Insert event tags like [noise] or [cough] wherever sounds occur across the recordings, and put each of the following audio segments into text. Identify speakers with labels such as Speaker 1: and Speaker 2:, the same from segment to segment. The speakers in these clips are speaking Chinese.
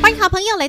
Speaker 1: 欢迎好朋友来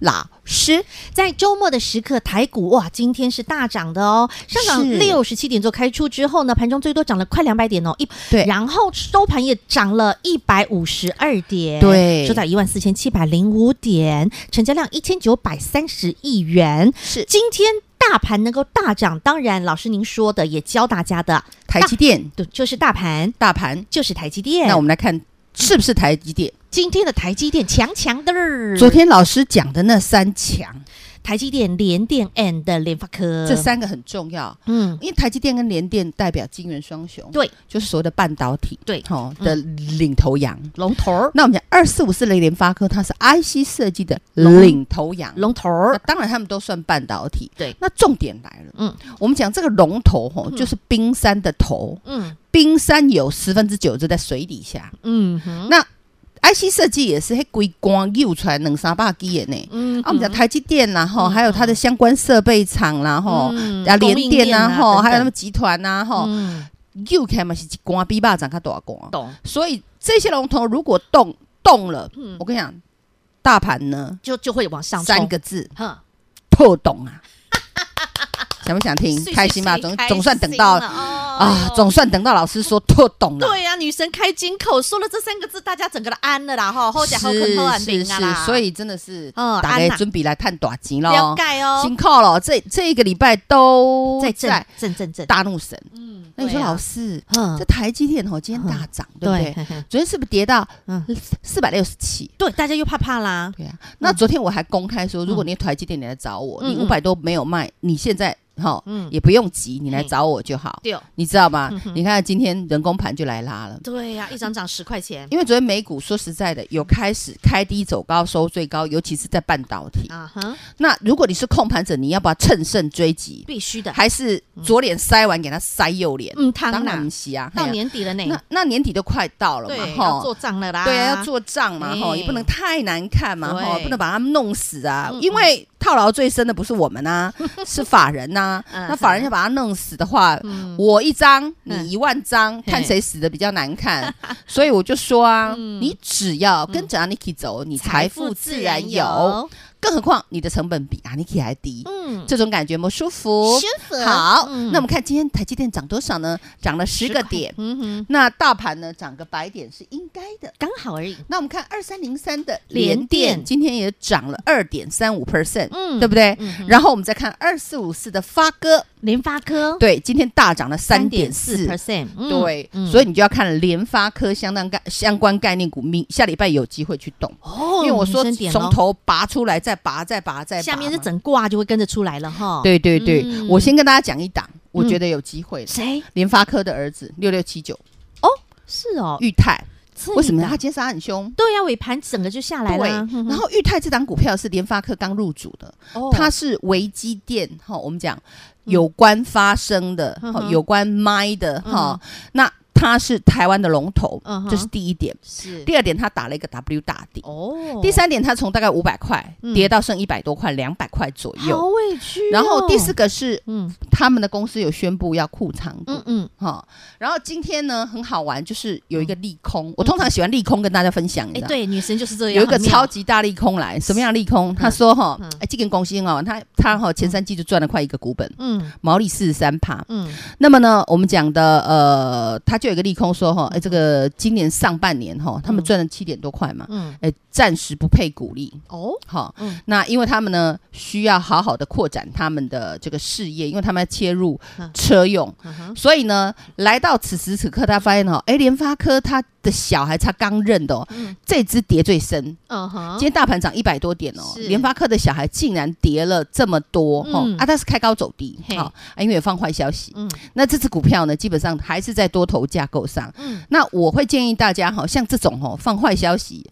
Speaker 2: 老师，
Speaker 1: 在周末的时刻，台股哇，今天是大涨的哦，上涨
Speaker 2: 是
Speaker 1: 六十七点做开出之后呢，盘中最多涨了快两百点哦，一
Speaker 2: 对
Speaker 1: 然后收盘也涨了一百五十二点，
Speaker 2: 对
Speaker 1: 收在一万四千七百零五点，成交量一千九百三十亿元。
Speaker 2: 是
Speaker 1: 今天大盘能够大涨，当然老师您说的也教大家的，
Speaker 2: 台积电
Speaker 1: 对，就是大盘
Speaker 2: 大盘，
Speaker 1: 就是台积电。
Speaker 2: 那我们来看是不是台积电？
Speaker 1: 今天的台积电强强的儿，
Speaker 2: 昨天老师讲的那三强，
Speaker 1: 台积电、联电 and 联发科
Speaker 2: 这，三个很重要。
Speaker 1: 嗯，
Speaker 2: 因为台积电跟联电代表晶圆双雄，
Speaker 1: 对，
Speaker 2: 就是所谓的半导体，
Speaker 1: 对嗯
Speaker 2: 哦的领头羊。
Speaker 1: 龙头儿
Speaker 2: 那我们讲二四五四的联发科，它是 IC 设计的领头羊，
Speaker 1: 龙头
Speaker 2: 那
Speaker 1: 儿
Speaker 2: 当然他们都算半导体。
Speaker 1: 嗯对
Speaker 2: 那重点来了，
Speaker 1: 嗯
Speaker 2: 嗯，我们讲这个龙头吼，就是冰山的头，
Speaker 1: 嗯
Speaker 2: 冰山有十分之九是在水底下。
Speaker 1: 嗯哼，
Speaker 2: 那 IC 设计也是迄规光又出来两三百支的呢。
Speaker 1: 嗯
Speaker 2: 啊，我们讲
Speaker 1: 哼
Speaker 2: 台积电啦吼，
Speaker 1: 嗯
Speaker 2: 还有它的相关设备厂啦吼，
Speaker 1: 嗯
Speaker 2: 啊
Speaker 1: 供
Speaker 2: 联
Speaker 1: 应
Speaker 2: 电
Speaker 1: 链
Speaker 2: 啦
Speaker 1: 啊
Speaker 2: 吼，
Speaker 1: 等
Speaker 2: 还有
Speaker 1: 等
Speaker 2: 他们集团啦吼，
Speaker 1: 嗯，
Speaker 2: 又开嘛是一光比巴掌较大光。
Speaker 1: 懂，
Speaker 2: 所以这些龙头如果动动了
Speaker 1: 嗯，
Speaker 2: 我跟你讲，大盘呢
Speaker 1: 就就会往上
Speaker 2: 三
Speaker 1: 冲，
Speaker 2: 个字
Speaker 1: 哼，
Speaker 2: 破懂啊！想不想
Speaker 1: [laughs]
Speaker 2: 听？
Speaker 1: 碎
Speaker 2: 开心吧，
Speaker 1: 碎
Speaker 2: 总
Speaker 1: 开
Speaker 2: 总算等
Speaker 1: 心
Speaker 2: 到
Speaker 1: 了
Speaker 2: 啊，
Speaker 1: 哦
Speaker 2: 总算等到老师说破懂了。
Speaker 1: 对呀，啊女神开金口说了这三个字，大家整个都安了啦哈，后脚后
Speaker 2: 是
Speaker 1: 肯后安
Speaker 2: 是
Speaker 1: 定啊啦，
Speaker 2: 是，所以真的是
Speaker 1: 嗯
Speaker 2: 大
Speaker 1: 安
Speaker 2: 家
Speaker 1: 娜
Speaker 2: 准备来探短钱
Speaker 1: 了
Speaker 2: 喽，
Speaker 1: 解哦
Speaker 2: 辛，苦了。这这一个礼拜都
Speaker 1: 在震震震震，
Speaker 2: 大怒神。
Speaker 1: 嗯
Speaker 2: 那你说
Speaker 1: 对啊
Speaker 2: 老师，
Speaker 1: 嗯
Speaker 2: 这台积电哦，今天大涨，对不
Speaker 1: 对 [laughs]
Speaker 2: 对？
Speaker 1: 嘿嘿
Speaker 2: 昨天是不是跌到
Speaker 1: 嗯
Speaker 2: 四百六十七？
Speaker 1: 对，大家又怕怕啦，
Speaker 2: 对啊，那昨天我还公开说，如果你有台积电，你来找我，你
Speaker 1: 嗯嗯嗯
Speaker 2: 五百多没有卖，你现在哈
Speaker 1: 嗯
Speaker 2: 也不用急，你来
Speaker 1: 嘿
Speaker 2: 找我就好。
Speaker 1: 对
Speaker 2: 你知道吗
Speaker 1: 嗯？哼
Speaker 2: 你看今天人工盘就来拉了，
Speaker 1: 对呀，一张涨十块钱
Speaker 2: 因为昨天美股说实在的有开始开低走高收最高，尤其是在半导体。
Speaker 1: 啊哼，
Speaker 2: 那如果你是控盘者，你要不要趁胜追击？
Speaker 1: 必须的，
Speaker 2: 还是左脸塞完给他塞右脸？
Speaker 1: 嗯，当
Speaker 2: 当然
Speaker 1: 然
Speaker 2: 不。是啊，
Speaker 1: 到
Speaker 2: 嘿啊
Speaker 1: 年底了呢，
Speaker 2: 那那年底都快到了嘛
Speaker 1: 对，，
Speaker 2: 吼
Speaker 1: 要做账了啦，
Speaker 2: 对啊，要做账嘛，哈，
Speaker 1: 哎
Speaker 2: 也不能太难看嘛，
Speaker 1: 对
Speaker 2: 哈，不能把他们弄死啊
Speaker 1: 嗯，
Speaker 2: 因为套牢最深的不是我
Speaker 1: [laughs]
Speaker 2: 们呐，是法人呐。
Speaker 1: 嗯
Speaker 2: 那法人要把他弄死的话，
Speaker 1: 嗯
Speaker 2: 我一张，
Speaker 1: 嗯
Speaker 2: 你一万张，
Speaker 1: 嘿
Speaker 2: 看谁死的比较难
Speaker 1: [laughs]
Speaker 2: 看。所以我就说啊，
Speaker 1: 嗯
Speaker 2: 你只要跟着 Aniki 走，你财富自然有。，更何况你的成本比 Aniki 还低，
Speaker 1: 嗯，
Speaker 2: 这种感觉有没有舒服？嗯
Speaker 1: 服
Speaker 2: 好，那我
Speaker 1: 哦么
Speaker 2: 们看今天台积电涨多少呢？涨了十个点。
Speaker 1: 嗯哼，
Speaker 2: 那大盘呢，涨个百点是应该的。
Speaker 1: 刚好而已，
Speaker 2: 那我们看二三零三的
Speaker 1: 联
Speaker 2: 联电，
Speaker 1: 电
Speaker 2: 今天也涨了二点三五 percent，
Speaker 1: 嗯
Speaker 2: 对不对？
Speaker 1: 嗯哼嗯
Speaker 2: 然后我们再看二四五四的发哥，
Speaker 1: 联发科嗯
Speaker 2: 对，今天大涨了三点四。
Speaker 1: percent，
Speaker 2: 对，所以你就要看联发科相当概相关概念股，明下礼拜有机会去动，
Speaker 1: 哦，
Speaker 2: 因为我说
Speaker 1: 女生点
Speaker 2: 从
Speaker 1: 咯
Speaker 2: 头拔出来，再拔，再拔，再拔嘛。
Speaker 1: 下面是整挂就会跟着出来了哈，，
Speaker 2: 对对对，
Speaker 1: 嗯
Speaker 2: 我先跟大家讲一档，我觉得有机会的。
Speaker 1: 谁
Speaker 2: 联发科的儿子六六七九
Speaker 1: 是哦？
Speaker 2: 裕泰，
Speaker 1: 是
Speaker 2: 为什么
Speaker 1: 你
Speaker 2: 他
Speaker 1: 的
Speaker 2: 今天杀很凶？
Speaker 1: 对啊呀，尾盘整个就下来了
Speaker 2: 对，
Speaker 1: 啊，哼哼
Speaker 2: 然后裕泰这档股票是联发科刚入主的，
Speaker 1: 哦
Speaker 2: 它是微机电哈、我们讲有关发声的，
Speaker 1: 嗯
Speaker 2: 哈
Speaker 1: 哼嗯
Speaker 2: 有关麦的哈、那它是台湾的龙头，
Speaker 1: 嗯哼
Speaker 2: 这是第一点。
Speaker 1: 是
Speaker 2: 第二点，它打了一个 W 大底。
Speaker 1: 哦，
Speaker 2: 第三点，它从大概五百块
Speaker 1: 嗯
Speaker 2: 跌到剩一百多块，两百块左
Speaker 1: 好
Speaker 2: 右。
Speaker 1: 委屈哦，
Speaker 2: 然后第四个是
Speaker 1: 嗯
Speaker 2: 他们的公司有宣布要库藏股
Speaker 1: 嗯嗯，
Speaker 2: 哈、然后今天呢很好玩，就是有一个利空，我通常喜欢利空跟大家分享，你
Speaker 1: 哎
Speaker 2: 知道吗
Speaker 1: 嗯对，女生就是这样，
Speaker 2: 有一个
Speaker 1: 很妙
Speaker 2: 超级大利空来，什么样的利空？他说哈
Speaker 1: 嗯，
Speaker 2: 哎，这间公司哦，他他哈前三季就赚了快一个股本，
Speaker 1: 嗯
Speaker 2: 毛利四十三趴。
Speaker 1: 嗯
Speaker 2: 那么呢，我们讲的呃，他就有一个利空说
Speaker 1: 嗯
Speaker 2: 哈，哎，这个今年上半年哈，他们赚了七点多块嘛，
Speaker 1: 嗯
Speaker 2: 哎，暂时不配股利。
Speaker 1: 哦
Speaker 2: 哈
Speaker 1: 嗯，
Speaker 2: 那因为他们呢需要好好的扩展他们的这个事业，因为他们要切入
Speaker 1: 嗯
Speaker 2: 车用，
Speaker 1: 嗯哼
Speaker 2: 所以呢，来到此时此刻，他发现哈，哎，联发科它的小孩差刚认的哦，这只跌最深。
Speaker 1: 嗯哼
Speaker 2: 今，天大盘涨一百多点哦
Speaker 1: 是，
Speaker 2: 联发科的小孩竟然跌了这么多哈、
Speaker 1: 嗯
Speaker 2: 啊！但是开高走低，
Speaker 1: 嘿
Speaker 2: 好、啊，因为有放坏消息。
Speaker 1: 嗯
Speaker 2: 那这只股票呢，基本上还是在多头架构上。
Speaker 1: 嗯
Speaker 2: 那我会建议大家哈、像这种哦放坏消息，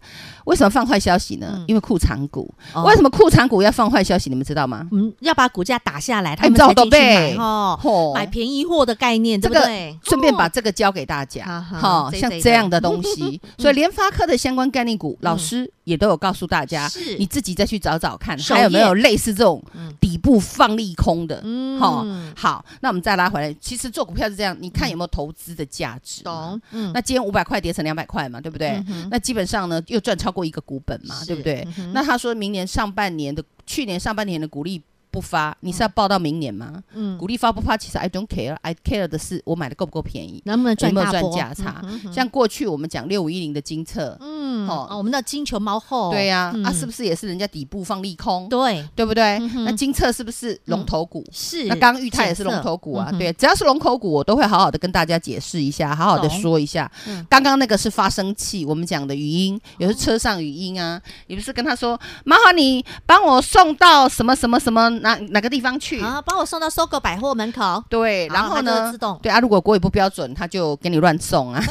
Speaker 2: 为什么放坏消息呢？
Speaker 1: 嗯
Speaker 2: 因为库藏股。
Speaker 1: 哦
Speaker 2: 为什么库藏股要放坏消息？你们知道吗？
Speaker 1: 嗯，要把股价打下来，他
Speaker 2: 哎
Speaker 1: 们
Speaker 2: 不知道
Speaker 1: 才进去
Speaker 2: 宝
Speaker 1: 买
Speaker 2: 贝
Speaker 1: 哦，
Speaker 2: 哦
Speaker 1: 买便宜货的概念，对
Speaker 2: 这
Speaker 1: 不
Speaker 2: 个
Speaker 1: 对？哦
Speaker 2: 顺便把这个教给大家，
Speaker 1: 好好
Speaker 2: 哈、
Speaker 1: 这
Speaker 2: 像
Speaker 1: 这嗯
Speaker 2: 这样的东
Speaker 1: [laughs]
Speaker 2: 西，所以联发科的相关概念股，老师也都有告诉大家，
Speaker 1: 是
Speaker 2: 你自己再去找找看，
Speaker 1: 首页
Speaker 2: 还有没有类似这种
Speaker 1: 嗯
Speaker 2: 底部放利空的，
Speaker 1: 嗯
Speaker 2: 哈、好，那我们再拉回来，其实做股票是这样，你看有没有投资的价值？
Speaker 1: 嗯懂，嗯，
Speaker 2: 那今天五百块跌成两百块嘛，对不对？
Speaker 1: 嗯哼
Speaker 2: 那基本上呢，又赚超过一个股本嘛，
Speaker 1: 是嗯
Speaker 2: 对不对？那他说明年上半年的，去年上半年的股利不发，你是要报到明年吗？
Speaker 1: 嗯
Speaker 2: 股利发不发，其实 I don't care，I care 的是我买的够不够便宜，
Speaker 1: 能不能
Speaker 2: 有
Speaker 1: 赚
Speaker 2: 没有
Speaker 1: 大
Speaker 2: 赚啊
Speaker 1: 波？
Speaker 2: 价差
Speaker 1: 嗯哼。
Speaker 2: 像过去我们讲六五一零的金策，
Speaker 1: 嗯，
Speaker 2: 哦
Speaker 1: 哦，我们的金球猫后，
Speaker 2: 对呀，
Speaker 1: 嗯
Speaker 2: 啊，是不是也是人家底部放利空，
Speaker 1: 对，
Speaker 2: 对不对
Speaker 1: 嗯？哼
Speaker 2: 那金策是不是龙头股？
Speaker 1: 是。
Speaker 2: 那刚刚裕泰也是
Speaker 1: 检测
Speaker 2: 龙头股啊
Speaker 1: 嗯，哼
Speaker 2: 对，只要是龙头股，我都会好好的跟大家解释一下，好好的
Speaker 1: 懂
Speaker 2: 说一下
Speaker 1: 嗯。
Speaker 2: 刚刚那个是发声器，我们讲的语音，有时车上语音啊，你不是跟他说，麻烦你帮我送到什么什么什么哪哪个地方去？
Speaker 1: 啊，把我送到搜狗百货门口，
Speaker 2: 对，
Speaker 1: 好
Speaker 2: 然后
Speaker 1: 它就会
Speaker 2: 呢
Speaker 1: 自动？
Speaker 2: 对啊，如果国语不标准，他就给你乱送
Speaker 1: [laughs]
Speaker 2: 啊。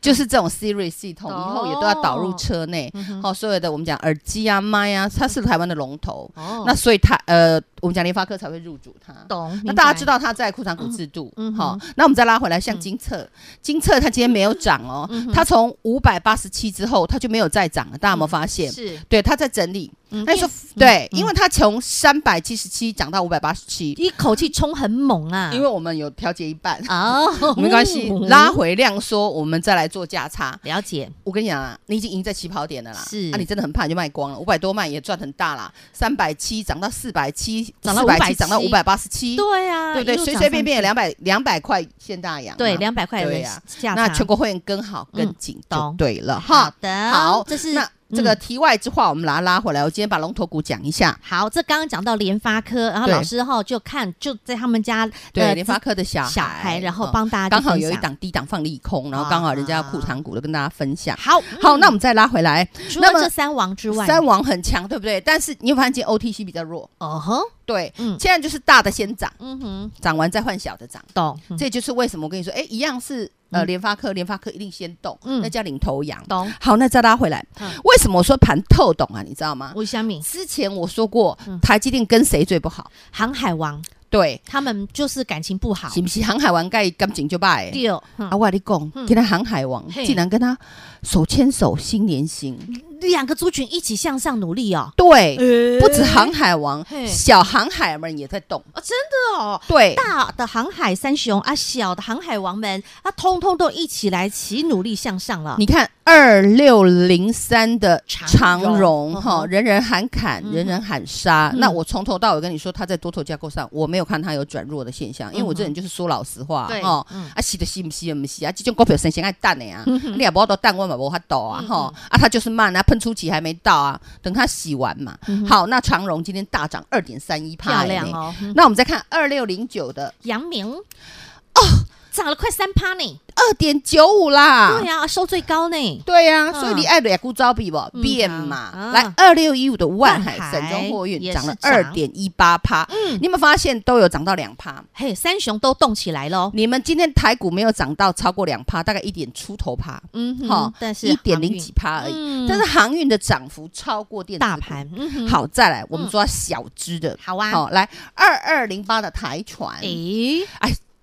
Speaker 2: 就是这种 Siri 系统，以后也都要导
Speaker 1: 哦
Speaker 2: 入车内。
Speaker 1: 嗯
Speaker 2: 好、所有的我们讲耳机啊、麦啊，它是台湾的龙头。
Speaker 1: 哦
Speaker 2: 那所以它呃，我们讲联发科才会入主它。
Speaker 1: 懂？
Speaker 2: 那大家知
Speaker 1: 道，
Speaker 2: 道它在库藏股制度，
Speaker 1: 嗯
Speaker 2: 好、那我们再拉回来，像金策，金策它今天没有涨哦，
Speaker 1: 嗯
Speaker 2: 它从五百八十七之后，它就没有再涨了，啊大家有没有发现？
Speaker 1: 嗯是，
Speaker 2: 对，它在整理。
Speaker 1: 嗯
Speaker 2: 那你说对，因为它从三百七十七涨到五百八十七，
Speaker 1: 一口气冲很猛啊，
Speaker 2: 因为我们有调节一半，
Speaker 1: 啊，
Speaker 2: 没关系
Speaker 1: 嗯，
Speaker 2: 拉回量缩，我们再来做价差。
Speaker 1: 了解，
Speaker 2: 我跟你讲啊，你已经赢在起跑点了啦，
Speaker 1: 是
Speaker 2: 啊，你真的很怕你就卖光了，五百多卖也赚很大啦，三百七涨到四百七，
Speaker 1: 涨到570
Speaker 2: 涨到五百八十七，
Speaker 1: 对啊，
Speaker 2: 对不对？
Speaker 1: 一路
Speaker 2: 随
Speaker 1: 涨
Speaker 2: 随便便也
Speaker 1: 上
Speaker 2: 两百两百块现大洋
Speaker 1: 去，
Speaker 2: 啊，
Speaker 1: 对，两百块的
Speaker 2: 对呀
Speaker 1: 价差，
Speaker 2: 那全国会员跟好
Speaker 1: 嗯
Speaker 2: 跟紧就
Speaker 1: 懂
Speaker 2: 对了
Speaker 1: 好
Speaker 2: 哈。
Speaker 1: 的，
Speaker 2: 好，
Speaker 1: 这是
Speaker 2: 那
Speaker 1: 嗯
Speaker 2: 这个题外之话，我们把它拉回来，我今天把龙头股讲一下，
Speaker 1: 好，这刚刚讲到联发科，然后
Speaker 2: 对
Speaker 1: 老师后就看就在他们家
Speaker 2: 对
Speaker 1: 的
Speaker 2: 联发科的小孩，
Speaker 1: 小孩，然后
Speaker 2: 嗯
Speaker 1: 帮大家
Speaker 2: 刚
Speaker 1: 去
Speaker 2: 好
Speaker 1: 分
Speaker 2: 有一
Speaker 1: 享啊
Speaker 2: 档低档放利空，然后刚好人家库藏股的跟大家分享。
Speaker 1: 好
Speaker 2: [laughs] 好，
Speaker 1: 嗯
Speaker 2: 那我们再拉回来，
Speaker 1: 除了
Speaker 2: 那么
Speaker 1: 这三王之外，
Speaker 2: 三王很强，对不对？但是你有发现 OTC 比较弱，
Speaker 1: 哦哼，
Speaker 2: 对，
Speaker 1: 嗯
Speaker 2: 现在就是大的先涨，
Speaker 1: 嗯哼，
Speaker 2: 涨完再换小的涨，
Speaker 1: 懂嗯
Speaker 2: 这就是为什么我跟你说，哎，一样是呃
Speaker 1: 嗯
Speaker 2: 联发科，联发科一定先动，
Speaker 1: 嗯
Speaker 2: 那叫领头羊。
Speaker 1: 懂，
Speaker 2: 好，那再拉回来
Speaker 1: 嗯，
Speaker 2: 为什么我说盘透懂啊？你知道吗？
Speaker 1: 吴香敏
Speaker 2: 之前我说过
Speaker 1: 嗯，
Speaker 2: 台积电跟谁最不好？
Speaker 1: 航海王
Speaker 2: 对，
Speaker 1: 他们就是感情不好，
Speaker 2: 是不是航海王盖感情就败？
Speaker 1: 第二
Speaker 2: 啊，我跟你讲，
Speaker 1: 嗯
Speaker 2: 跟他航海王
Speaker 1: 嘿
Speaker 2: 竟然跟他手牵手，心连心。
Speaker 1: 两个族群一起向上努力哦，
Speaker 2: 对，
Speaker 1: 呃
Speaker 2: 不止航海王
Speaker 1: 嘿，
Speaker 2: 小航海们也在动。
Speaker 1: 哦真的哦。
Speaker 2: 对，
Speaker 1: 大的航海三雄啊，小的航海王们啊，通通都一起来齐努力向上了。
Speaker 2: 你看二六零三的
Speaker 1: 长
Speaker 2: 长
Speaker 1: 荣
Speaker 2: 荣
Speaker 1: 嗯
Speaker 2: 哈，
Speaker 1: 哼
Speaker 2: 人人喊砍，
Speaker 1: 嗯哼
Speaker 2: 人人喊杀。
Speaker 1: 嗯
Speaker 2: 那我从头到尾跟你说，他在多头架构上，我没有看他有转弱的现象，因为我这人就是说老实话
Speaker 1: 嗯对
Speaker 2: 哈
Speaker 1: 嗯。
Speaker 2: 啊，洗的洗不洗不洗啊，这种股票神仙爱蛋的呀，你也不要到蛋，我也不法抖啊
Speaker 1: 嗯
Speaker 2: 哈。啊，他就是慢啊，喷出期还没到啊，等他洗完嘛。好，那长荣今天大涨二点三一
Speaker 1: 嗯漂
Speaker 2: 帕，
Speaker 1: 亮
Speaker 2: 欸
Speaker 1: 哦，
Speaker 2: 那我们再看二六零九的
Speaker 1: 杨明哦，涨了快三趴呢。
Speaker 2: 二点九五啦，
Speaker 1: 对呀、啊收最高呢。
Speaker 2: 对呀、
Speaker 1: 嗯
Speaker 2: 所以你爱两股招比不
Speaker 1: 嗯
Speaker 2: 变
Speaker 1: 啊
Speaker 2: 嘛？来二六一五的万海
Speaker 1: 万海
Speaker 2: 散装货
Speaker 1: 也
Speaker 2: 运
Speaker 1: 是
Speaker 2: 涨了
Speaker 1: 涨嗯
Speaker 2: 二点一八趴，你有没有发现都有涨到两趴？
Speaker 1: 嘿，三雄都动起来喽。
Speaker 2: 你们今天台股没有涨到超过两趴，大概一点出头趴，
Speaker 1: 嗯哼，
Speaker 2: 哈
Speaker 1: 但是
Speaker 2: 一点
Speaker 1: 航
Speaker 2: 零
Speaker 1: 运
Speaker 2: 几趴而已。
Speaker 1: 嗯
Speaker 2: 但是航运的涨幅超过电子股
Speaker 1: 大盘，嗯哼，
Speaker 2: 好，再来我们抓小只的，
Speaker 1: 好啊哎
Speaker 2: 好哎来二二零八的台船，
Speaker 1: 诶，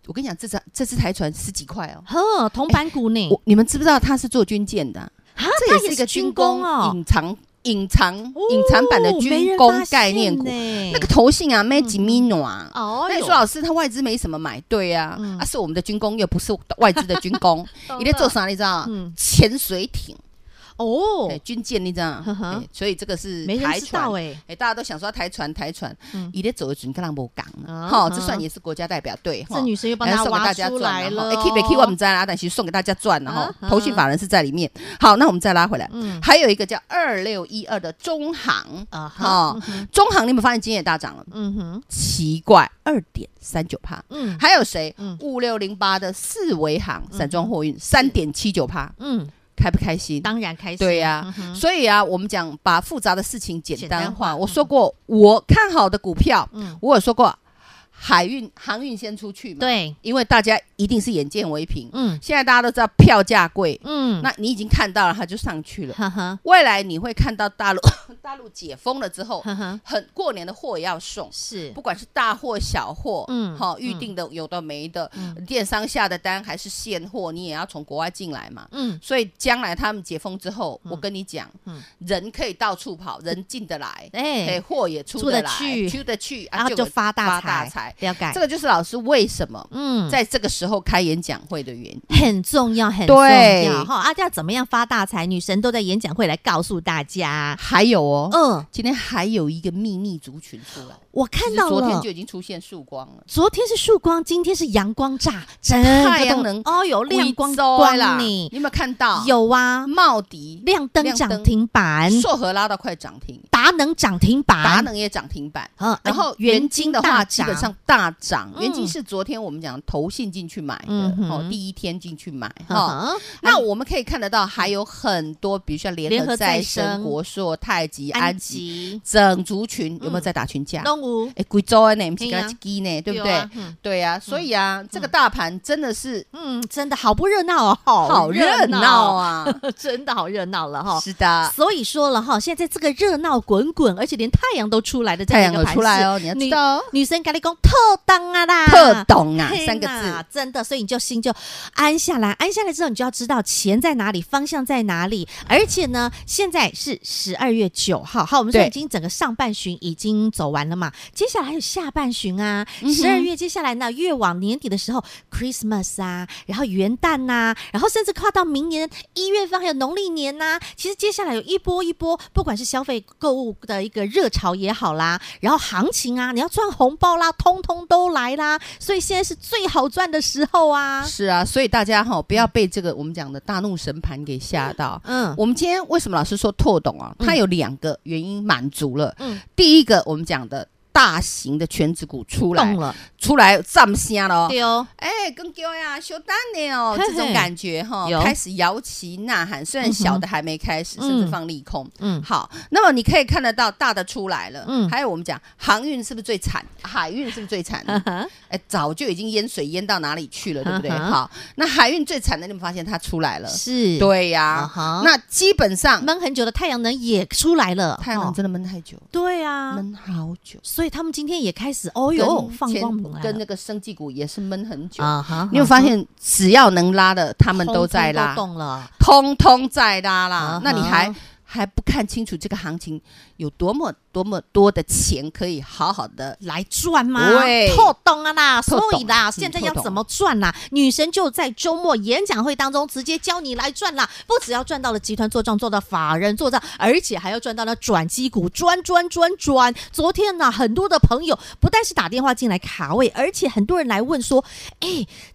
Speaker 2: 我跟你讲，这只这只台船十几块哦。
Speaker 1: 呵，铜板股呢？
Speaker 2: 我你们知不知道它是做军舰的啊？
Speaker 1: 啊， [laughs]
Speaker 2: 这
Speaker 1: 它
Speaker 2: 也是一个军
Speaker 1: 工
Speaker 2: 工
Speaker 1: 哦，
Speaker 2: 隐藏、隐藏、隐藏版的军工概念股。
Speaker 1: 那
Speaker 2: 那个头信啊 m a g i Mino 啊，
Speaker 1: 哦，
Speaker 2: 那你
Speaker 1: 有
Speaker 2: 说老师他外资没什么买，对呀
Speaker 1: 嗯，
Speaker 2: 啊是我们的军工，又不是外资的军工
Speaker 1: [laughs] 懂，了
Speaker 2: 你在做啥？你知道
Speaker 1: 嗯
Speaker 2: 潜水艇，
Speaker 1: 哦
Speaker 2: 哎，军舰你知道
Speaker 1: 呵呵
Speaker 2: 哎所以这个是
Speaker 1: 没人
Speaker 2: 台
Speaker 1: 知道
Speaker 2: 船。
Speaker 1: 哎，
Speaker 2: 哎，大家都想说台船台船
Speaker 1: 嗯，
Speaker 2: 伊咧走的准跟人无讲
Speaker 1: 啊
Speaker 2: 了，哈，
Speaker 1: 啊
Speaker 2: 这算也是国家代表队，哈
Speaker 1: 这女生又帮
Speaker 2: 来
Speaker 1: 他
Speaker 2: 哎送给
Speaker 1: 挖
Speaker 2: 大家
Speaker 1: 出
Speaker 2: 赚
Speaker 1: 来了哦，
Speaker 2: 哎，keep keep 我们在啦，但是送给大家赚了
Speaker 1: 啊
Speaker 2: 哈
Speaker 1: 啊。
Speaker 2: 投信法人是在里面。好，那我们再拉回来
Speaker 1: 嗯，
Speaker 2: 还有一个叫二六一二的中行，
Speaker 1: 啊哈，
Speaker 2: 哈，中行你有没有发现今天也大涨了？
Speaker 1: 嗯哼，
Speaker 2: 奇怪，二点三九帕。
Speaker 1: 嗯
Speaker 2: 还有谁
Speaker 1: 嗯？
Speaker 2: 五六零八的四维行散装货运三点七九帕，
Speaker 1: 嗯，
Speaker 2: 开不开心？
Speaker 1: 当然开心，
Speaker 2: 对呀、
Speaker 1: 嗯哼
Speaker 2: 所以啊，我们讲把复杂的事情简单化。
Speaker 1: 简单化
Speaker 2: 我说过，我看好的股票，
Speaker 1: 嗯
Speaker 2: 我有说过，海运、航运先出去嘛，，
Speaker 1: 对，
Speaker 2: 因为大家一定是眼见为凭。
Speaker 1: 嗯
Speaker 2: 现在大家都知道票价贵，
Speaker 1: 嗯，
Speaker 2: 那你已经看到了，它就上去了。
Speaker 1: 呵呵
Speaker 2: 未来你会看到大陆 [coughs] 大陆解封了之后，
Speaker 1: 呵呵，
Speaker 2: 很过年的货也要送，
Speaker 1: 嗯是
Speaker 2: 不管是大货小货，
Speaker 1: 嗯
Speaker 2: 嗯，好、预
Speaker 1: 嗯
Speaker 2: 定的有的没的，
Speaker 1: 嗯
Speaker 2: 电商下的单还是现货，你也要从国外进来嘛。
Speaker 1: 嗯
Speaker 2: 所以将来他们解封之后，我跟你讲，
Speaker 1: 嗯
Speaker 2: 人可以到处跑，人进得来，哎，
Speaker 1: 哎，
Speaker 2: 货也出
Speaker 1: 出得
Speaker 2: 得来，
Speaker 1: 去
Speaker 2: 出得去，啊
Speaker 1: 然后就发大
Speaker 2: 发大
Speaker 1: 财
Speaker 2: 财，
Speaker 1: 了解
Speaker 2: 这，个就是老师为什么
Speaker 1: 嗯，
Speaker 2: 在这个时候开演讲会的原因。
Speaker 1: 很重要，很重
Speaker 2: 对
Speaker 1: 要哈。啊，要怎么样发大财？女神都在演讲会来告诉大家。
Speaker 2: 还有哦，
Speaker 1: 嗯，
Speaker 2: 今天还有一个秘密族群出来，
Speaker 1: 我
Speaker 2: 其
Speaker 1: 看
Speaker 2: 实
Speaker 1: 到了，
Speaker 2: 昨天就已经出现曙光了。
Speaker 1: 昨天是曙光，今天是阳光炸，整
Speaker 2: 太
Speaker 1: 个
Speaker 2: 阳
Speaker 1: 都
Speaker 2: 能
Speaker 1: 哦，有亮光
Speaker 2: 贵州啦
Speaker 1: 光
Speaker 2: 你
Speaker 1: 你
Speaker 2: 有没有看到？
Speaker 1: 有啊，
Speaker 2: 茂迪、
Speaker 1: 亮灯
Speaker 2: 亮灯
Speaker 1: 涨停板，
Speaker 2: 硕和拉到快涨停，
Speaker 1: 达能涨停板，
Speaker 2: 达能也涨停板。
Speaker 1: 嗯，
Speaker 2: 然后
Speaker 1: 元
Speaker 2: 元
Speaker 1: 金
Speaker 2: 金的话，
Speaker 1: 大
Speaker 2: 基
Speaker 1: 涨
Speaker 2: 本上大涨。
Speaker 1: 嗯
Speaker 2: 元金是昨天我们讲投信进去买的，
Speaker 1: 嗯哼
Speaker 2: 哦，第一天进去买哈。
Speaker 1: 嗯哼
Speaker 2: 那我们可以看得到，还有很多，比如像联
Speaker 1: 联合
Speaker 2: 合
Speaker 1: 再
Speaker 2: 再
Speaker 1: 生
Speaker 2: 生、国硕、太极、
Speaker 1: 安
Speaker 2: 安吉，
Speaker 1: 吉
Speaker 2: 整族群有没有
Speaker 1: 嗯
Speaker 2: 在打群架？
Speaker 1: 东吴，
Speaker 2: 哎，贵州呢，不是
Speaker 1: 对啊
Speaker 2: 跟鸡呢，对不
Speaker 1: 有
Speaker 2: 对
Speaker 1: 啊？？嗯
Speaker 2: 对呀，所以啊，这个大盘真的是
Speaker 1: 嗯，真的好不热闹哦，好
Speaker 2: 好热闹 [laughs]
Speaker 1: 啊，
Speaker 2: 啊！
Speaker 1: 真的好热闹了哈。
Speaker 2: 是的，
Speaker 1: 所以说了哈，现在在这个热闹滚滚，而且连太阳都出来的这
Speaker 2: 太
Speaker 1: 样
Speaker 2: 阳
Speaker 1: 一
Speaker 2: 有
Speaker 1: 个盘
Speaker 2: 出来
Speaker 1: 势，
Speaker 2: 哦，你要知道哦，
Speaker 1: 女生跟你讲特当啊啦，
Speaker 2: 特懂啊
Speaker 1: 嘿
Speaker 2: 三个字
Speaker 1: 呐。，真的，所以你就心就安下来，安下来之后，你就要知道钱在哪里，方向在哪里。而且呢，现在是十二月九号，好，我们说
Speaker 2: 对
Speaker 1: 已经整个上半旬已经走完了嘛，接下来还有下半旬啊。
Speaker 2: 嗯哼
Speaker 1: 十二月接下来呢，越往年底的时候，Christmas 啊，然后元旦呐、然后甚至跨到明年一月份还有农历年呐、其实接下来有一波一波，不管是消费购物的一个热潮也好啦，然后行情啊，你要赚红包啦，通通都来啦。所以现在是最好赚的时候啊。
Speaker 2: 是啊，所以大家哈、不要被这个我们讲的大怒神盘给吓到。
Speaker 1: 嗯
Speaker 2: 我们今天为什么老师说透懂啊？它有两个原因满足了。
Speaker 1: 嗯，
Speaker 2: 第一个，我们讲的大型的全指股出来
Speaker 1: 懂，了，
Speaker 2: 出来站香了哦。
Speaker 1: 对哦，
Speaker 2: 哎，跟丢呀，修丹的哦，
Speaker 1: 嘿嘿
Speaker 2: 这种感觉哈、
Speaker 1: 有
Speaker 2: 开始摇旗呐喊。虽然小的还没开始，
Speaker 1: 嗯哼
Speaker 2: 甚至放利空。 [laughs]
Speaker 1: 嗯，
Speaker 2: 好，那么你可以看得到大的出来了。
Speaker 1: 嗯
Speaker 2: 还有我们讲航运是不是最惨？海运是不是
Speaker 1: [laughs]
Speaker 2: 最惨？哎，早就已经淹水淹到哪里去了，对不对？
Speaker 1: 嗯哼
Speaker 2: 好，那海运最惨的，你们发现它出来了，
Speaker 1: 是，
Speaker 2: 对
Speaker 1: 啊
Speaker 2: 呀。
Speaker 1: 哈，
Speaker 2: 那基本上
Speaker 1: 闷很久的太阳能也出来了，
Speaker 2: 太阳
Speaker 1: 哦
Speaker 2: 能真的闷太久，
Speaker 1: 对啊，
Speaker 2: 闷好久。
Speaker 1: 所以他们今天也开始，哦哟，
Speaker 2: 跟
Speaker 1: 放
Speaker 2: 前
Speaker 1: 光明来
Speaker 2: 跟
Speaker 1: 了
Speaker 2: 那个生技股也是闷很久。
Speaker 1: 啊哈，
Speaker 2: 你有发现，只要能拉的，他
Speaker 1: 他
Speaker 2: 们都在拉，
Speaker 1: 动了，
Speaker 2: 通通在拉
Speaker 1: 啊
Speaker 2: 啦
Speaker 1: 哈。
Speaker 2: 那你还还不看清楚这个行情有多么多么多的钱可以好好的
Speaker 1: 来赚吗？
Speaker 2: 对
Speaker 1: 透懂啊啦，所
Speaker 2: 透懂
Speaker 1: 以啦，
Speaker 2: 嗯
Speaker 1: 现在要
Speaker 2: 透懂
Speaker 1: 怎么赚啦？女神就在周末演讲会当中直接教你来赚啦，不只要赚到了集团做账，做到法人做账，而且还要赚到了转机股，赚赚赚赚。昨天呢、很多的朋友不但是打电话进来卡位，而且很多人来问说，哎，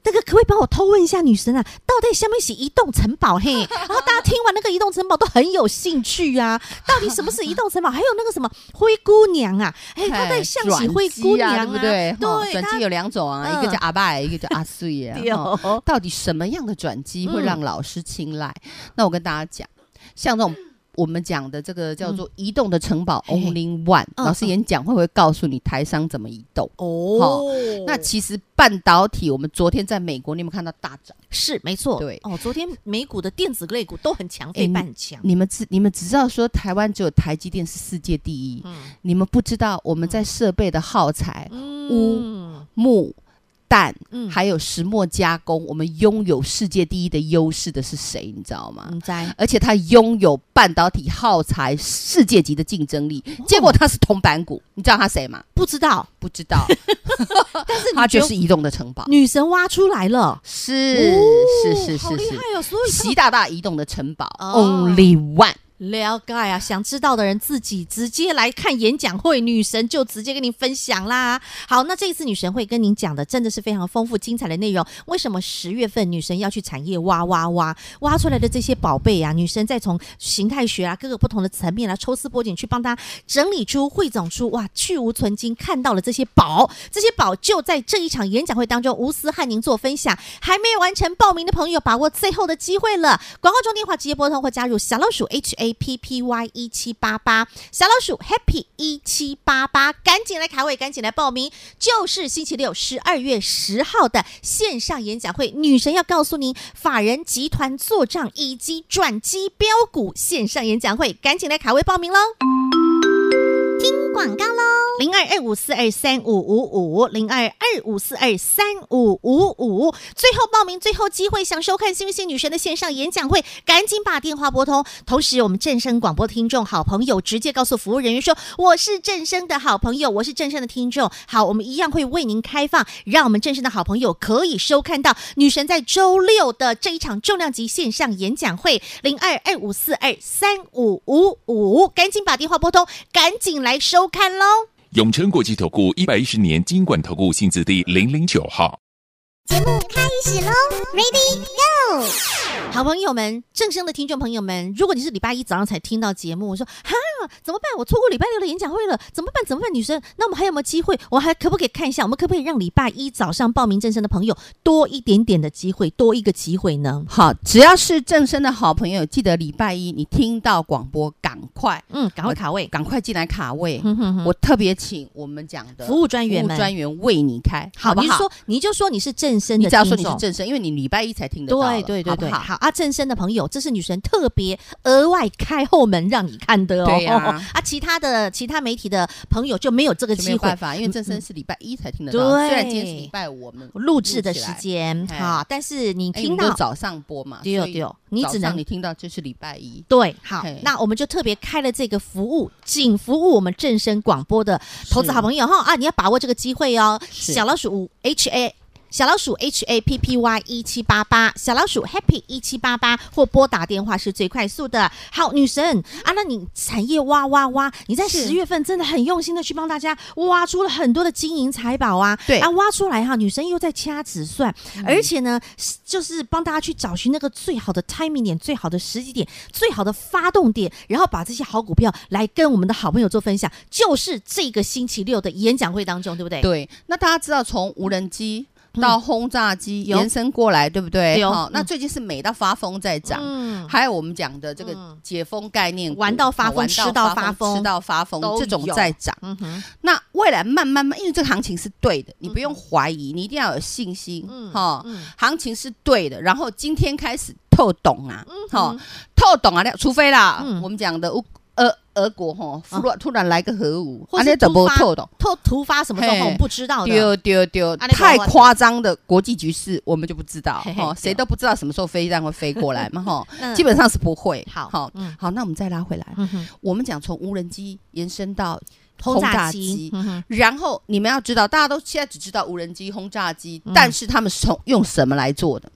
Speaker 1: 那个可不可以帮我偷问一下女神啊，到底下面是移动城堡嘿？
Speaker 2: [laughs]
Speaker 1: 然后大家听完那个移动城堡都很有兴趣啊，到底什么是移动城堡？还有那个什么灰姑娘啊，哎，她在像
Speaker 2: 转
Speaker 1: 起灰
Speaker 2: 机
Speaker 1: 姑
Speaker 2: 啊
Speaker 1: 娘啊，
Speaker 2: 对不对？哈
Speaker 1: 对，
Speaker 2: 转
Speaker 1: 她
Speaker 2: 机有两种啊，一
Speaker 1: 嗯
Speaker 2: 个
Speaker 1: 哦
Speaker 2: 叫阿拜，一个叫阿碎啊。哈
Speaker 1: 有
Speaker 2: 到底什么样的转机会
Speaker 1: 嗯
Speaker 2: 让老师青睐？那我跟大家讲，像这种。我们讲的这个叫做移动的城堡
Speaker 1: 嗯嘿
Speaker 2: Only One，
Speaker 1: 嗯
Speaker 2: 老师演讲会不会告诉你台商怎么移动？
Speaker 1: 哦，
Speaker 2: 那其实半导体，我们昨天在美国，你有没有看到大涨？
Speaker 1: 是没错，
Speaker 2: 对
Speaker 1: 哦，昨天美股的电子类股都很强，
Speaker 2: 哎
Speaker 1: 非半强，
Speaker 2: 你们知你们只知道说台湾只有台积电是世界第一，
Speaker 1: 嗯
Speaker 2: 你们不知道我们在设备的耗材、
Speaker 1: 嗯
Speaker 2: 乌木蛋，
Speaker 1: 嗯
Speaker 2: 还有石墨加工，我们拥有世界第一的优势的是谁？你知道吗？
Speaker 1: 嗯，在
Speaker 2: 而且它拥有半导体耗材世界级的竞争力，结果它是铜板股，你知道它谁吗？
Speaker 1: 不知道，
Speaker 2: 不
Speaker 1: [laughs]
Speaker 2: 知道，
Speaker 1: 但是
Speaker 2: 它
Speaker 1: 你觉
Speaker 2: 就
Speaker 1: 得
Speaker 2: 是移动的城堡，
Speaker 1: 女神挖出来了，
Speaker 2: 是是是
Speaker 1: 好
Speaker 2: 是
Speaker 1: 厉
Speaker 2: 是，
Speaker 1: 害哦！所以
Speaker 2: 习大大移动的城堡
Speaker 1: 哦
Speaker 2: ，Only One。
Speaker 1: 了解啊，想知道的人自己直接来看演讲会，女神就直接跟您分享啦。好，那这一次女神会跟您讲的真的是非常丰富精彩的内容。为什么十月份女神要去产业挖挖挖挖出来的这些宝贝啊？女神再从形态学啊各个不同的层面啊抽丝剥茧去帮她整理出、汇总出哇去无存菁，看到了这些宝，这些宝就在这一场演讲会当中无私和您做分享。还没有完成报名的朋友，把握最后的机会了。广告中电话直接拨通或加入小老鼠 H A P P Y 一七八八，小老鼠 Happy 一七八八，赶紧来卡位，赶紧来报名，就是星期六十二月十号的线上演讲会，女神要告诉您法人集团做账以及转机标股线上演讲会，赶紧来卡位报名喽！听广告喽，零二二五四二三五五五，零二二五四二三五五五。最后报名，最后机会，想收看幸运星女神的线上演讲会，赶紧把电话拨通。同时，我们正声广播听众好朋友直接告诉服务人员说：“我是正声的好朋友，我是正声的听众。”好，我们一样会为您开放，让我们正声的好朋友可以收看到女神在周六的这一场重量级线上演讲会，零二二五四二三五五五，赶紧把电话拨通，赶紧来收看喽。
Speaker 3: 永诚国际投顾一百一十年金管投顾性质第零零九号，
Speaker 1: 好朋友们，正声的听众朋友们，如果你是礼拜一早上才听到节目，我说哈怎么办？我错过礼拜六的演讲会了，怎么办？怎么办？女生，那我们还有没有机会？我还可不可以看一下？我们可不可以让礼拜一早上报名正声的朋友多一点点的机会，多一个机会呢？
Speaker 2: 好，只要是正生的好朋友，记得礼拜一你听到广播，赶快
Speaker 1: 嗯，赶快卡位，
Speaker 2: 呃赶快进来卡位。
Speaker 1: 哼嗯哼哼
Speaker 2: 我特别请我们讲的
Speaker 1: 服务专员
Speaker 2: 嗯服务
Speaker 1: 们，
Speaker 2: 专员为你开，好不
Speaker 1: 你就
Speaker 2: 好？
Speaker 1: 说你就说你是正声
Speaker 2: 你
Speaker 1: 的
Speaker 2: 只
Speaker 1: 听
Speaker 2: 要
Speaker 1: 众，
Speaker 2: 说你是正生，因为你礼拜一才听得到了，
Speaker 1: 对对对对，
Speaker 2: 好不好？
Speaker 1: 啊，正身的朋友，这是女神特别额外开后门让你看的哦。
Speaker 2: 对
Speaker 1: [laughs]
Speaker 2: 呀
Speaker 1: 啊，其他的其他媒体的朋友就没有这个
Speaker 2: 就没
Speaker 1: 机
Speaker 2: 有
Speaker 1: 会
Speaker 2: 办。法，因为正生是礼拜一才听
Speaker 1: 嗯
Speaker 2: 得到，
Speaker 1: 对
Speaker 2: 虽然今天是礼拜五，我们
Speaker 1: 录制的时间
Speaker 2: 录起来
Speaker 1: 啊，但是你
Speaker 2: 哎我
Speaker 1: 听
Speaker 2: 们都
Speaker 1: 到
Speaker 2: 早上播嘛，
Speaker 1: 对
Speaker 2: 所以
Speaker 1: 对哦你
Speaker 2: 早
Speaker 1: 只
Speaker 2: 上
Speaker 1: 能
Speaker 2: 你听到就是礼拜一，
Speaker 1: 对，好
Speaker 2: 嘿，
Speaker 1: 那我们就特别开了这个服务，仅服务我们正声广播的投资好朋友哈啊！你要把握这个机会哦，
Speaker 2: 是
Speaker 1: 小老鼠五 H A。小老鼠 H A P P Y 一七八八，小老鼠 Happy 一七八八，或拨打电话是最快速的。好，女神啊，那你产业挖挖挖，你在
Speaker 2: 是
Speaker 1: 十月份真的很用心的去帮大家挖出了很多的金银财宝啊。
Speaker 2: 对
Speaker 1: 啊，挖出来哈，女神又在掐指算，
Speaker 2: 嗯
Speaker 1: 而且呢，是就是帮大家去找寻那个最好的 timing 点、最好的时机点、最好的发动点，然后把这些好股票来跟我们的好朋友做分享，就是这个星期六的演讲会当中，对不对？
Speaker 2: 对，那大家知道从无人机。到轰炸机
Speaker 1: 有
Speaker 2: 延伸过来，对不对？
Speaker 1: 有
Speaker 2: 好那
Speaker 1: 嗯
Speaker 2: 最近是美到发疯在涨，
Speaker 1: 嗯，
Speaker 2: 还有我们讲的这个
Speaker 1: 嗯
Speaker 2: 解封概念股，啊
Speaker 1: 玩到发疯
Speaker 2: 玩
Speaker 1: 吃到发疯
Speaker 2: 吃到发疯
Speaker 1: 都，
Speaker 2: 这种
Speaker 1: 有
Speaker 2: 在涨。
Speaker 1: 嗯哼，
Speaker 2: 那未来慢慢慢，因为这个行情是对的，你不用怀疑，你一定要有信心，哈、
Speaker 1: 嗯
Speaker 2: 行情是对的，然后今天开始透懂啊，哈、透懂啊，那除非啦，
Speaker 1: 嗯
Speaker 2: 我们讲的乌俄俄国哈，突然、突然来个核武，
Speaker 1: 或
Speaker 2: 啊
Speaker 1: 是
Speaker 2: 那怎
Speaker 1: 突
Speaker 2: 么
Speaker 1: 发
Speaker 2: 透懂？
Speaker 1: 突突发什么状况
Speaker 2: 嘿
Speaker 1: 我们不知道的，
Speaker 2: 丢丢丢！
Speaker 1: 哦啊那个
Speaker 2: 太
Speaker 1: 我
Speaker 2: 夸张的国际局势，我们就不知道
Speaker 1: 嘿嘿
Speaker 2: 哈，
Speaker 1: 对
Speaker 2: 谁
Speaker 1: 哦
Speaker 2: 都不知道什么时候飞弹会飞过
Speaker 1: [laughs]
Speaker 2: 来嘛哈
Speaker 1: 嗯，
Speaker 2: 基本上是不会。
Speaker 1: 好
Speaker 2: 好
Speaker 1: 嗯，
Speaker 2: 好，那我们再拉回来，
Speaker 1: 嗯哼，
Speaker 2: 我们讲从无人机延伸到
Speaker 1: 轰炸
Speaker 2: 哦
Speaker 1: 机，嗯哼，
Speaker 2: 然后你们要知道，大家都现在只知道无人机、轰炸机，但是他们是从用什么来做的？
Speaker 1: 嗯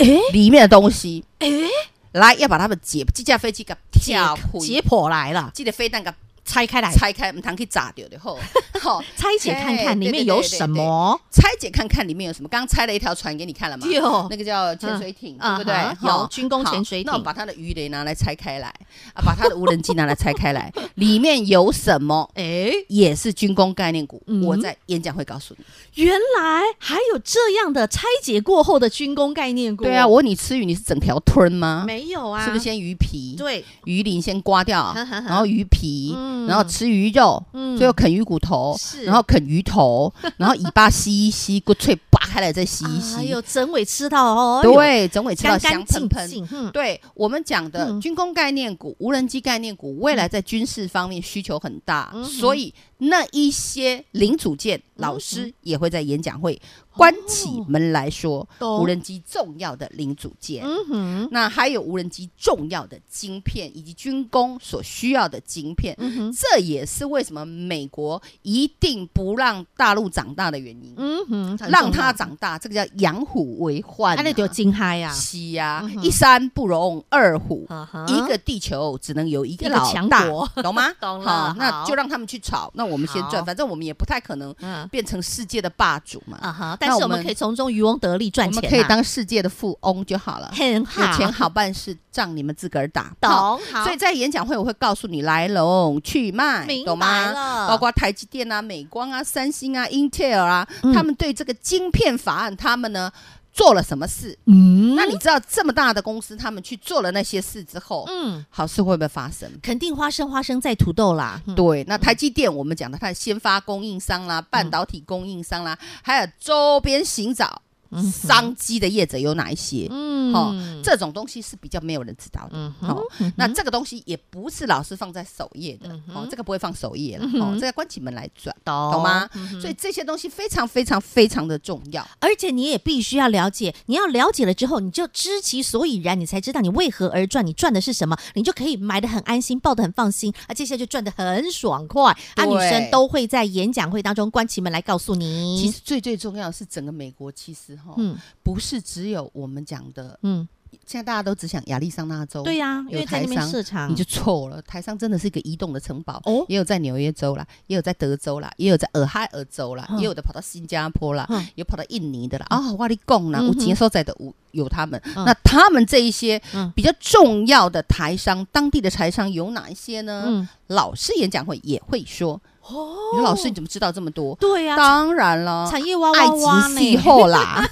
Speaker 1: 诶
Speaker 2: 里面的东西，诶，来要把他们解这架飞机给跳
Speaker 1: 解解
Speaker 2: 解，
Speaker 1: 剖来了，
Speaker 2: 这个飞弹给
Speaker 1: 拆开来，
Speaker 2: 拆开，唔通去炸掉
Speaker 1: [laughs]
Speaker 2: 的后，好
Speaker 1: 拆解看看
Speaker 2: 嘿
Speaker 1: 里面
Speaker 2: 对对
Speaker 1: 有
Speaker 2: 对对
Speaker 1: 什么。
Speaker 2: 拆解看看里面有什么。刚刚拆了一条船给你看了
Speaker 1: [laughs]
Speaker 2: 嘛？
Speaker 1: 有
Speaker 2: 那个叫潜水艇，
Speaker 1: 嗯
Speaker 2: 对不对
Speaker 1: 啊？哈
Speaker 2: 好
Speaker 1: 有军工潜水艇
Speaker 2: 好那我把它的鱼雷拿来拆开来， [laughs] 啊，把它的无人机拿来拆开来，里面有什么？
Speaker 1: 哎，
Speaker 2: 也是军工概念股，
Speaker 1: 嗯
Speaker 2: 我在演讲会告诉你。
Speaker 1: 原来还有这样的拆解过后的军工概念股。
Speaker 2: 对啊，我问你吃鱼，你是整条吞吗？
Speaker 1: 没有啊，
Speaker 2: 是不是先鱼皮？，
Speaker 1: 对，
Speaker 2: 鱼鳞先
Speaker 1: [laughs]
Speaker 2: 刮掉，
Speaker 1: 呵呵呵
Speaker 2: 然后鱼皮
Speaker 1: 嗯，
Speaker 2: 然后吃鱼肉，
Speaker 1: 嗯
Speaker 2: 最后啃鱼骨头
Speaker 1: 是， [laughs]
Speaker 2: 然后啃鱼头，然后尾巴吸一吸，骨脆拔拔开来再洗一
Speaker 1: 哎
Speaker 2: 洗。
Speaker 1: 呦，整尾吃到哦，哎呦，
Speaker 2: 对，整尾吃到
Speaker 1: 干
Speaker 2: 香
Speaker 1: 干
Speaker 2: 喷
Speaker 1: 净
Speaker 2: 喷。
Speaker 1: 净，嗯，
Speaker 2: 对我们讲的
Speaker 1: 嗯
Speaker 2: 军工概念股、无人机概念股，未来在军事方面需求很大，
Speaker 1: 嗯哼
Speaker 2: 所以那一些零组件老
Speaker 1: 嗯
Speaker 2: 师也会在演讲会
Speaker 1: 哦
Speaker 2: 关起门来说，
Speaker 1: 懂
Speaker 2: 无人机重要的零组件。
Speaker 1: 哦嗯哼，
Speaker 2: 那还有无人机重要的晶片，以及军工所需要的晶片，
Speaker 1: 嗯哼，
Speaker 2: 这也是为什么美国一定不让大陆长大的原因。
Speaker 1: 嗯哼，很
Speaker 2: 让它啊
Speaker 1: 重
Speaker 2: 长大，这个叫养虎为患、
Speaker 1: 要，
Speaker 2: 啊。
Speaker 1: 啊，那就惊嗨呀，
Speaker 2: 是呀、
Speaker 1: 嗯哼
Speaker 2: 一山不容二虎。
Speaker 1: 啊哈
Speaker 2: 一个地球只能有一个
Speaker 1: 一个
Speaker 2: 老
Speaker 1: 强
Speaker 2: 大
Speaker 1: 国，
Speaker 2: [laughs] 懂吗？
Speaker 1: [laughs] 懂了
Speaker 2: 好，那
Speaker 1: 好
Speaker 2: 就让他们去吵，那我们先
Speaker 1: 好
Speaker 2: 赚，反正我们也不太可能
Speaker 1: 嗯
Speaker 2: 变成世界的霸主嘛。
Speaker 1: 啊哈，但是
Speaker 2: 我
Speaker 1: 我们
Speaker 2: 们
Speaker 1: 可以从中渔翁得利赚
Speaker 2: 我
Speaker 1: 钱
Speaker 2: 们
Speaker 1: 呐，
Speaker 2: 可以当世界的富翁就好了，
Speaker 1: 很
Speaker 2: 有
Speaker 1: 好，
Speaker 2: 钱好办事，仗你们自个儿打。
Speaker 1: 懂
Speaker 2: 好
Speaker 1: 好，
Speaker 2: 所以在演讲会我会告诉你来龙去脉
Speaker 1: 明，
Speaker 2: 懂
Speaker 1: 白
Speaker 2: 吗？
Speaker 1: 了，
Speaker 2: 包括台积电啊、美光啊、三星啊、Intel 啊，
Speaker 1: 嗯
Speaker 2: 他们对这个晶片法案，他们呢做了什么事？
Speaker 1: 嗯，
Speaker 2: 那你知道这么大的公司，他们去做了那些事之后，
Speaker 1: 嗯，
Speaker 2: 好事会不会发生？
Speaker 1: 肯定花生花生在土豆啦，嗯
Speaker 2: 对，那台积电我们讲的它的先发供应商啦、半导体供应商啦，还有周边寻找
Speaker 1: 嗯
Speaker 2: 商机的业者有哪一些？
Speaker 1: 嗯
Speaker 2: 好、这种东西是比较没有人知道的。
Speaker 1: 嗯哼嗯
Speaker 2: 好、那这个东西也不是老师放在首页的，哦，这个不会放首页了，哦，这个关起门来转，
Speaker 1: 懂
Speaker 2: 懂吗？所以这些东西非常非常非常的重要。
Speaker 1: 而且你也必须要了解，你要了解了之后，你就知其所以然，你才知道你为何而赚，你赚的是什么，你就可以买的很安心，抱的很放心，啊，接下来就赚的很爽快。啊，
Speaker 2: 对
Speaker 1: 女生都会在演讲会当中关起门来告诉你，
Speaker 2: 其实最最重要的是，整个美国其实哈、
Speaker 1: 嗯
Speaker 2: 不是只有我们讲的，
Speaker 1: 嗯，
Speaker 2: 现在大家都只想亚利桑那州，
Speaker 1: 对、呀、因
Speaker 2: 有
Speaker 1: 为在那边
Speaker 2: 台商
Speaker 1: 市场，
Speaker 2: 嗯你就错了。台上真的是一个移动的城堡，
Speaker 1: 哦
Speaker 2: 也有在纽约州啦，也有在德州啦，也有在俄亥俄州啦，
Speaker 1: 嗯
Speaker 2: 也有的跑到新加坡啦，
Speaker 1: 嗯
Speaker 2: 也跑到印尼的啦。啊、哇我跟你讲啦，
Speaker 1: 嗯哼
Speaker 2: 我接收在的有有他们、
Speaker 1: 嗯
Speaker 2: 那他们这一些
Speaker 1: 嗯
Speaker 2: 比较重要的台商，当地的台商有哪一些呢？
Speaker 1: 嗯，
Speaker 2: 老师演讲会也会说，
Speaker 1: 哦，
Speaker 2: 你说老师你怎么知道这么多？
Speaker 1: 对呀、
Speaker 2: 当然了，
Speaker 1: 产业挖
Speaker 2: 爱
Speaker 1: 挖挖
Speaker 2: 情气
Speaker 1: 呢，
Speaker 2: 候
Speaker 1: [laughs]
Speaker 2: 啦，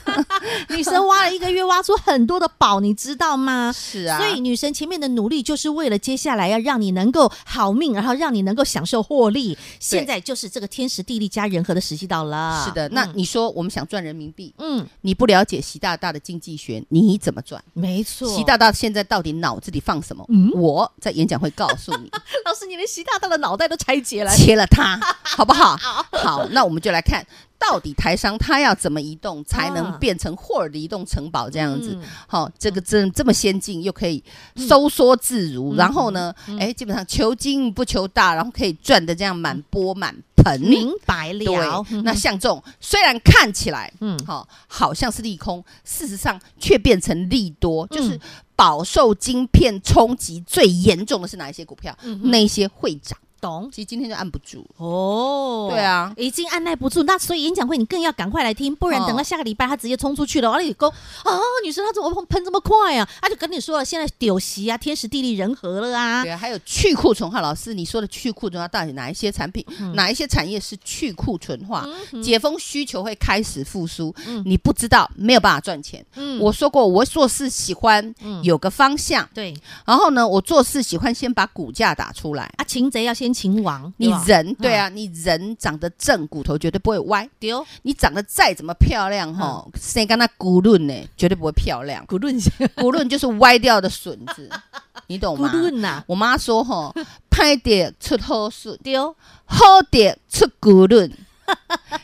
Speaker 1: 女生挖了一个月，挖出很多的宝，你知道吗？
Speaker 2: 是啊，
Speaker 1: 所以女神前面的努力就是为了接下来要让你能够好命，然后让你能够享受获利。现在就是这个天时地利加人和的时机到了。
Speaker 2: 是的，那
Speaker 1: 嗯
Speaker 2: 你说我们想赚人民币，
Speaker 1: 嗯，
Speaker 2: 你不了解习大大的经济学，你怎么赚？
Speaker 1: 没错。
Speaker 2: 习大大现在到底脑子里放什么？
Speaker 1: 嗯
Speaker 2: 我在演讲会告诉你，
Speaker 1: 老师，你连习大大的脑袋都拆解 [laughs]
Speaker 2: [laughs]
Speaker 1: 来。
Speaker 2: 切了
Speaker 1: [laughs]
Speaker 2: 它，好不好？好，那我们就来看。到底台商他要怎么移动才
Speaker 1: 啊
Speaker 2: 能变成霍尔的移动城堡这样子
Speaker 1: 嗯？嗯
Speaker 2: 好、这个真这么先进，又可以收缩自如，然后呢，哎，基本上求精不求大，然后可以赚的这样满钵满盆。
Speaker 1: 明白了，
Speaker 2: 对，那像这种虽然看起来，
Speaker 1: 嗯
Speaker 2: 嗯，好、好像是利空，事实上却变成利多，
Speaker 1: 嗯
Speaker 2: 就是饱受晶片冲击最严重的是哪一些股票？那一些会涨，
Speaker 1: 懂
Speaker 2: 其实今天就按不住。
Speaker 1: 哦。
Speaker 2: 对啊
Speaker 1: 已经按耐不住。那所以演讲会你更要赶快来听，不然
Speaker 2: 哦
Speaker 1: 等到下个礼拜他直接冲出去了。而且公啊，女生她怎么喷喷这么快啊？他就跟你说了，现在丢席啊，天时地利人和了啊
Speaker 2: 对。啊，还有去库存化，老师你说的去库存化到底哪一些产品、哪一些产业是去库存化？解封需求会开始复苏，你不知道没有办法赚钱。
Speaker 1: 嗯
Speaker 2: 我说过，我做事喜欢、有个方向，
Speaker 1: 对
Speaker 2: 然后呢，我做事喜欢先把股价打出来。
Speaker 1: 啊，擒贼要先擒王，
Speaker 2: 你
Speaker 1: 对吧嗯
Speaker 2: 人对啊，你人长得正，骨头绝对不会歪。
Speaker 1: 丢
Speaker 2: 你长得再怎么漂
Speaker 1: 嗯。
Speaker 2: 亮哈，谁跟那骨论呢，绝对不会漂亮 [laughs]
Speaker 1: 骨论下
Speaker 2: 骨论就是歪掉的笋子，你懂
Speaker 1: 骨
Speaker 2: 吗？
Speaker 1: 论呐，
Speaker 2: 我妈说 [laughs] 哈，歹点出好笋，
Speaker 1: 丢。
Speaker 2: 好点出骨
Speaker 1: [laughs]
Speaker 2: 论。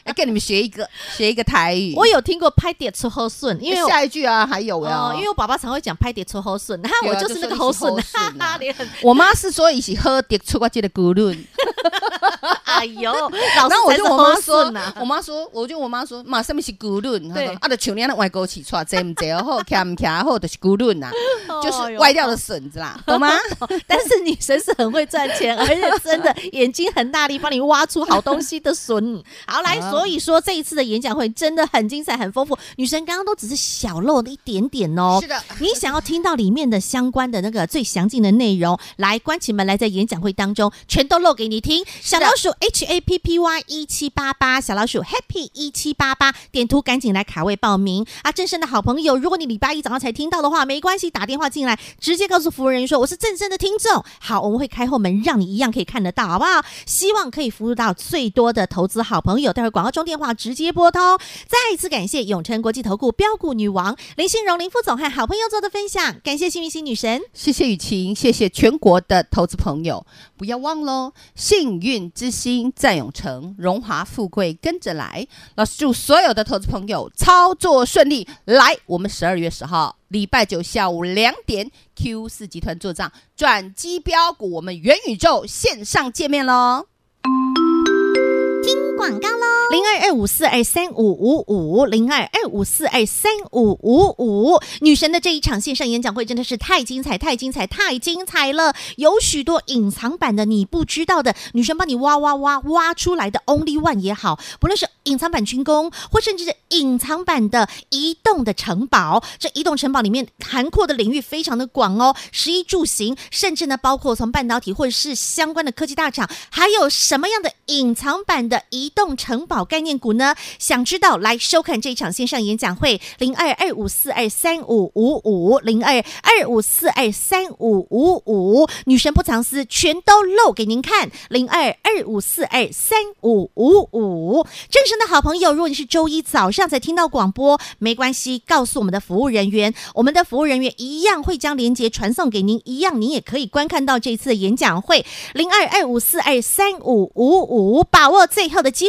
Speaker 2: 要跟你们学一个，学一个台语。
Speaker 1: 我有听过拍碟出后顺，因为我。
Speaker 2: 下一句啊，还有
Speaker 1: 哦
Speaker 2: 呀，，
Speaker 1: 因为嗯我爸爸常会讲拍碟出后顺，然后
Speaker 2: 对
Speaker 1: 我
Speaker 2: 啊
Speaker 1: 就是那个
Speaker 2: 就说
Speaker 1: 后
Speaker 2: 你是
Speaker 1: 顺，
Speaker 2: 猴
Speaker 1: 哈
Speaker 2: 顺啊
Speaker 1: 哈，你很
Speaker 2: 我妈是说一起喝点出我这个骨论。
Speaker 1: 哎 [laughs] 呦，老师
Speaker 2: 然后我
Speaker 1: 才
Speaker 2: 就是我
Speaker 1: 后
Speaker 2: 妈说
Speaker 1: 顺呐，，
Speaker 2: 我妈说，我就我妈说，嘛，什么是骨论？她
Speaker 1: 啊对
Speaker 2: 说啊，就像你那外国起出来，这唔这好，徛唔徛好，就是
Speaker 1: [laughs]
Speaker 2: 骨论呐，啊
Speaker 1: 啊哎
Speaker 2: 就是歪掉的笋子啦，懂吗？
Speaker 1: 哎呦。 [laughs] 但是女神是很会赚 [laughs] 钱，而且真的眼睛很大力，帮你挖出好东西的笋。 [laughs] 好来，
Speaker 2: 啊
Speaker 1: 所以说这一次的演讲会真的很精彩、很丰富。女神刚刚都只是小漏的一点点哦，
Speaker 2: 是的，
Speaker 1: 你想要听到里面的相关的那个最详尽的内容，来关起门来在演讲会当中全都露给你听。小老鼠 H H A P P Y 一七八八小老鼠 Happy 一七八八，点图赶紧来卡位报名啊！正声的好朋友，如果你礼拜一早上才听到的话，没关系，打电话进来，直接告诉服务人员说我是正声的听众。好，我们会开后门，让你一样可以看得到，好不好？希望可以服务到最多的投资好朋友。待会儿广告中电话直接拨通。再一次感谢永诚国际投顾标股女王林信荣林副总和好朋友做的分享，感谢幸运星女神。
Speaker 2: 谢谢雨晴，谢谢全国的投资朋友，不要忘喽！幸运之星在永城，荣华富贵跟着来。老师祝所有的投资朋友操作顺利。来，我们十二月十号礼拜九下午两点，Q 四集团做账转机标股，我们元宇宙线上见面喽！
Speaker 1: 广告喽，零二二五四二三五五五，零二二五四二三五五五。女神的这一场线上演讲会真的是太精彩、太精彩、太精彩了！有许多隐藏版的你不知道的，女神帮你挖挖挖挖出来的 Only One 也好，不论是隐藏版军工，或甚至是隐藏版的移动的城堡，这移动城堡里面涵括的领域非常的广哦，食衣住行，甚至呢包括从半导体或者是相关的科技大厂，还有什么样的隐藏版的移动城堡概念股呢？想知道来收看这一场线上演讲会，零二二五四二三五五五，零二二五四二三五五五，女神不藏私，全都露给您看，零二二五四二三五五五。正声的好朋友，如果你是周一早上才听到广播，没关系，告诉我们的服务人员，我们的服务人员一样会将链接传送给您，一样您也可以观看到这一次的演讲会，零二二五四二三五五五，把握最后的机